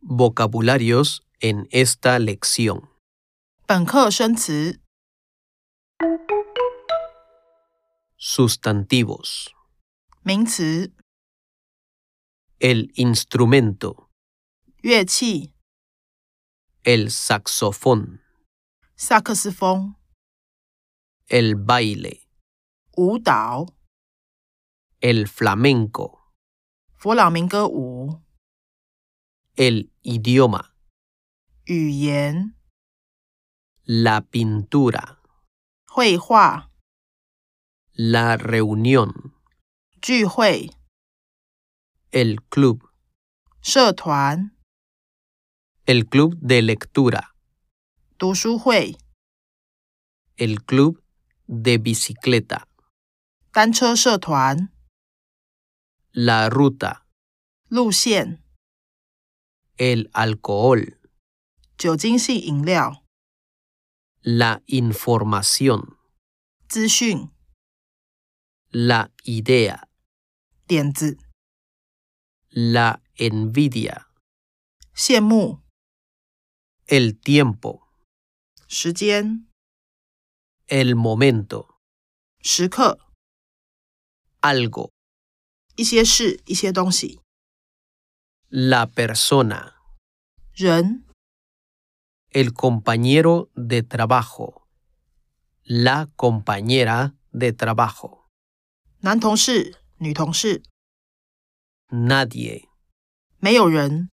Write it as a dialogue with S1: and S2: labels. S1: Vocabularios en esta lección.
S2: 本课生词
S1: Sustantivos.
S2: 名词、
S1: El instrumento,
S2: 乐器、
S1: el saxofón,
S2: 萨克斯风、
S1: el baile,
S2: 舞蹈、
S1: el flamenco,
S2: 弗朗明哥舞、
S1: el idioma,
S2: 语言、
S1: la pintura,
S2: 绘画、
S1: la reunión,
S2: 聚会、
S1: el club,
S2: 社团、
S1: el club de lectura,
S2: 读书会、
S1: el club de bicicleta,
S2: 单车社团、
S1: la ruta,
S2: 路线、
S1: el alcohol,
S2: 酒精性饮料、
S1: la información,
S2: 资讯、
S1: la idea,
S2: 点子、
S1: la envidia,
S2: 羡慕、
S1: el tiempo,
S2: 时间、
S1: el momento,
S2: 时刻、
S1: algo,
S2: 一些事、一些东西、
S1: la persona,
S2: 人、
S1: el compañero de trabajo, la compañera de trabajo,
S2: 男同事、女同事、
S1: nadie,
S2: 没有人、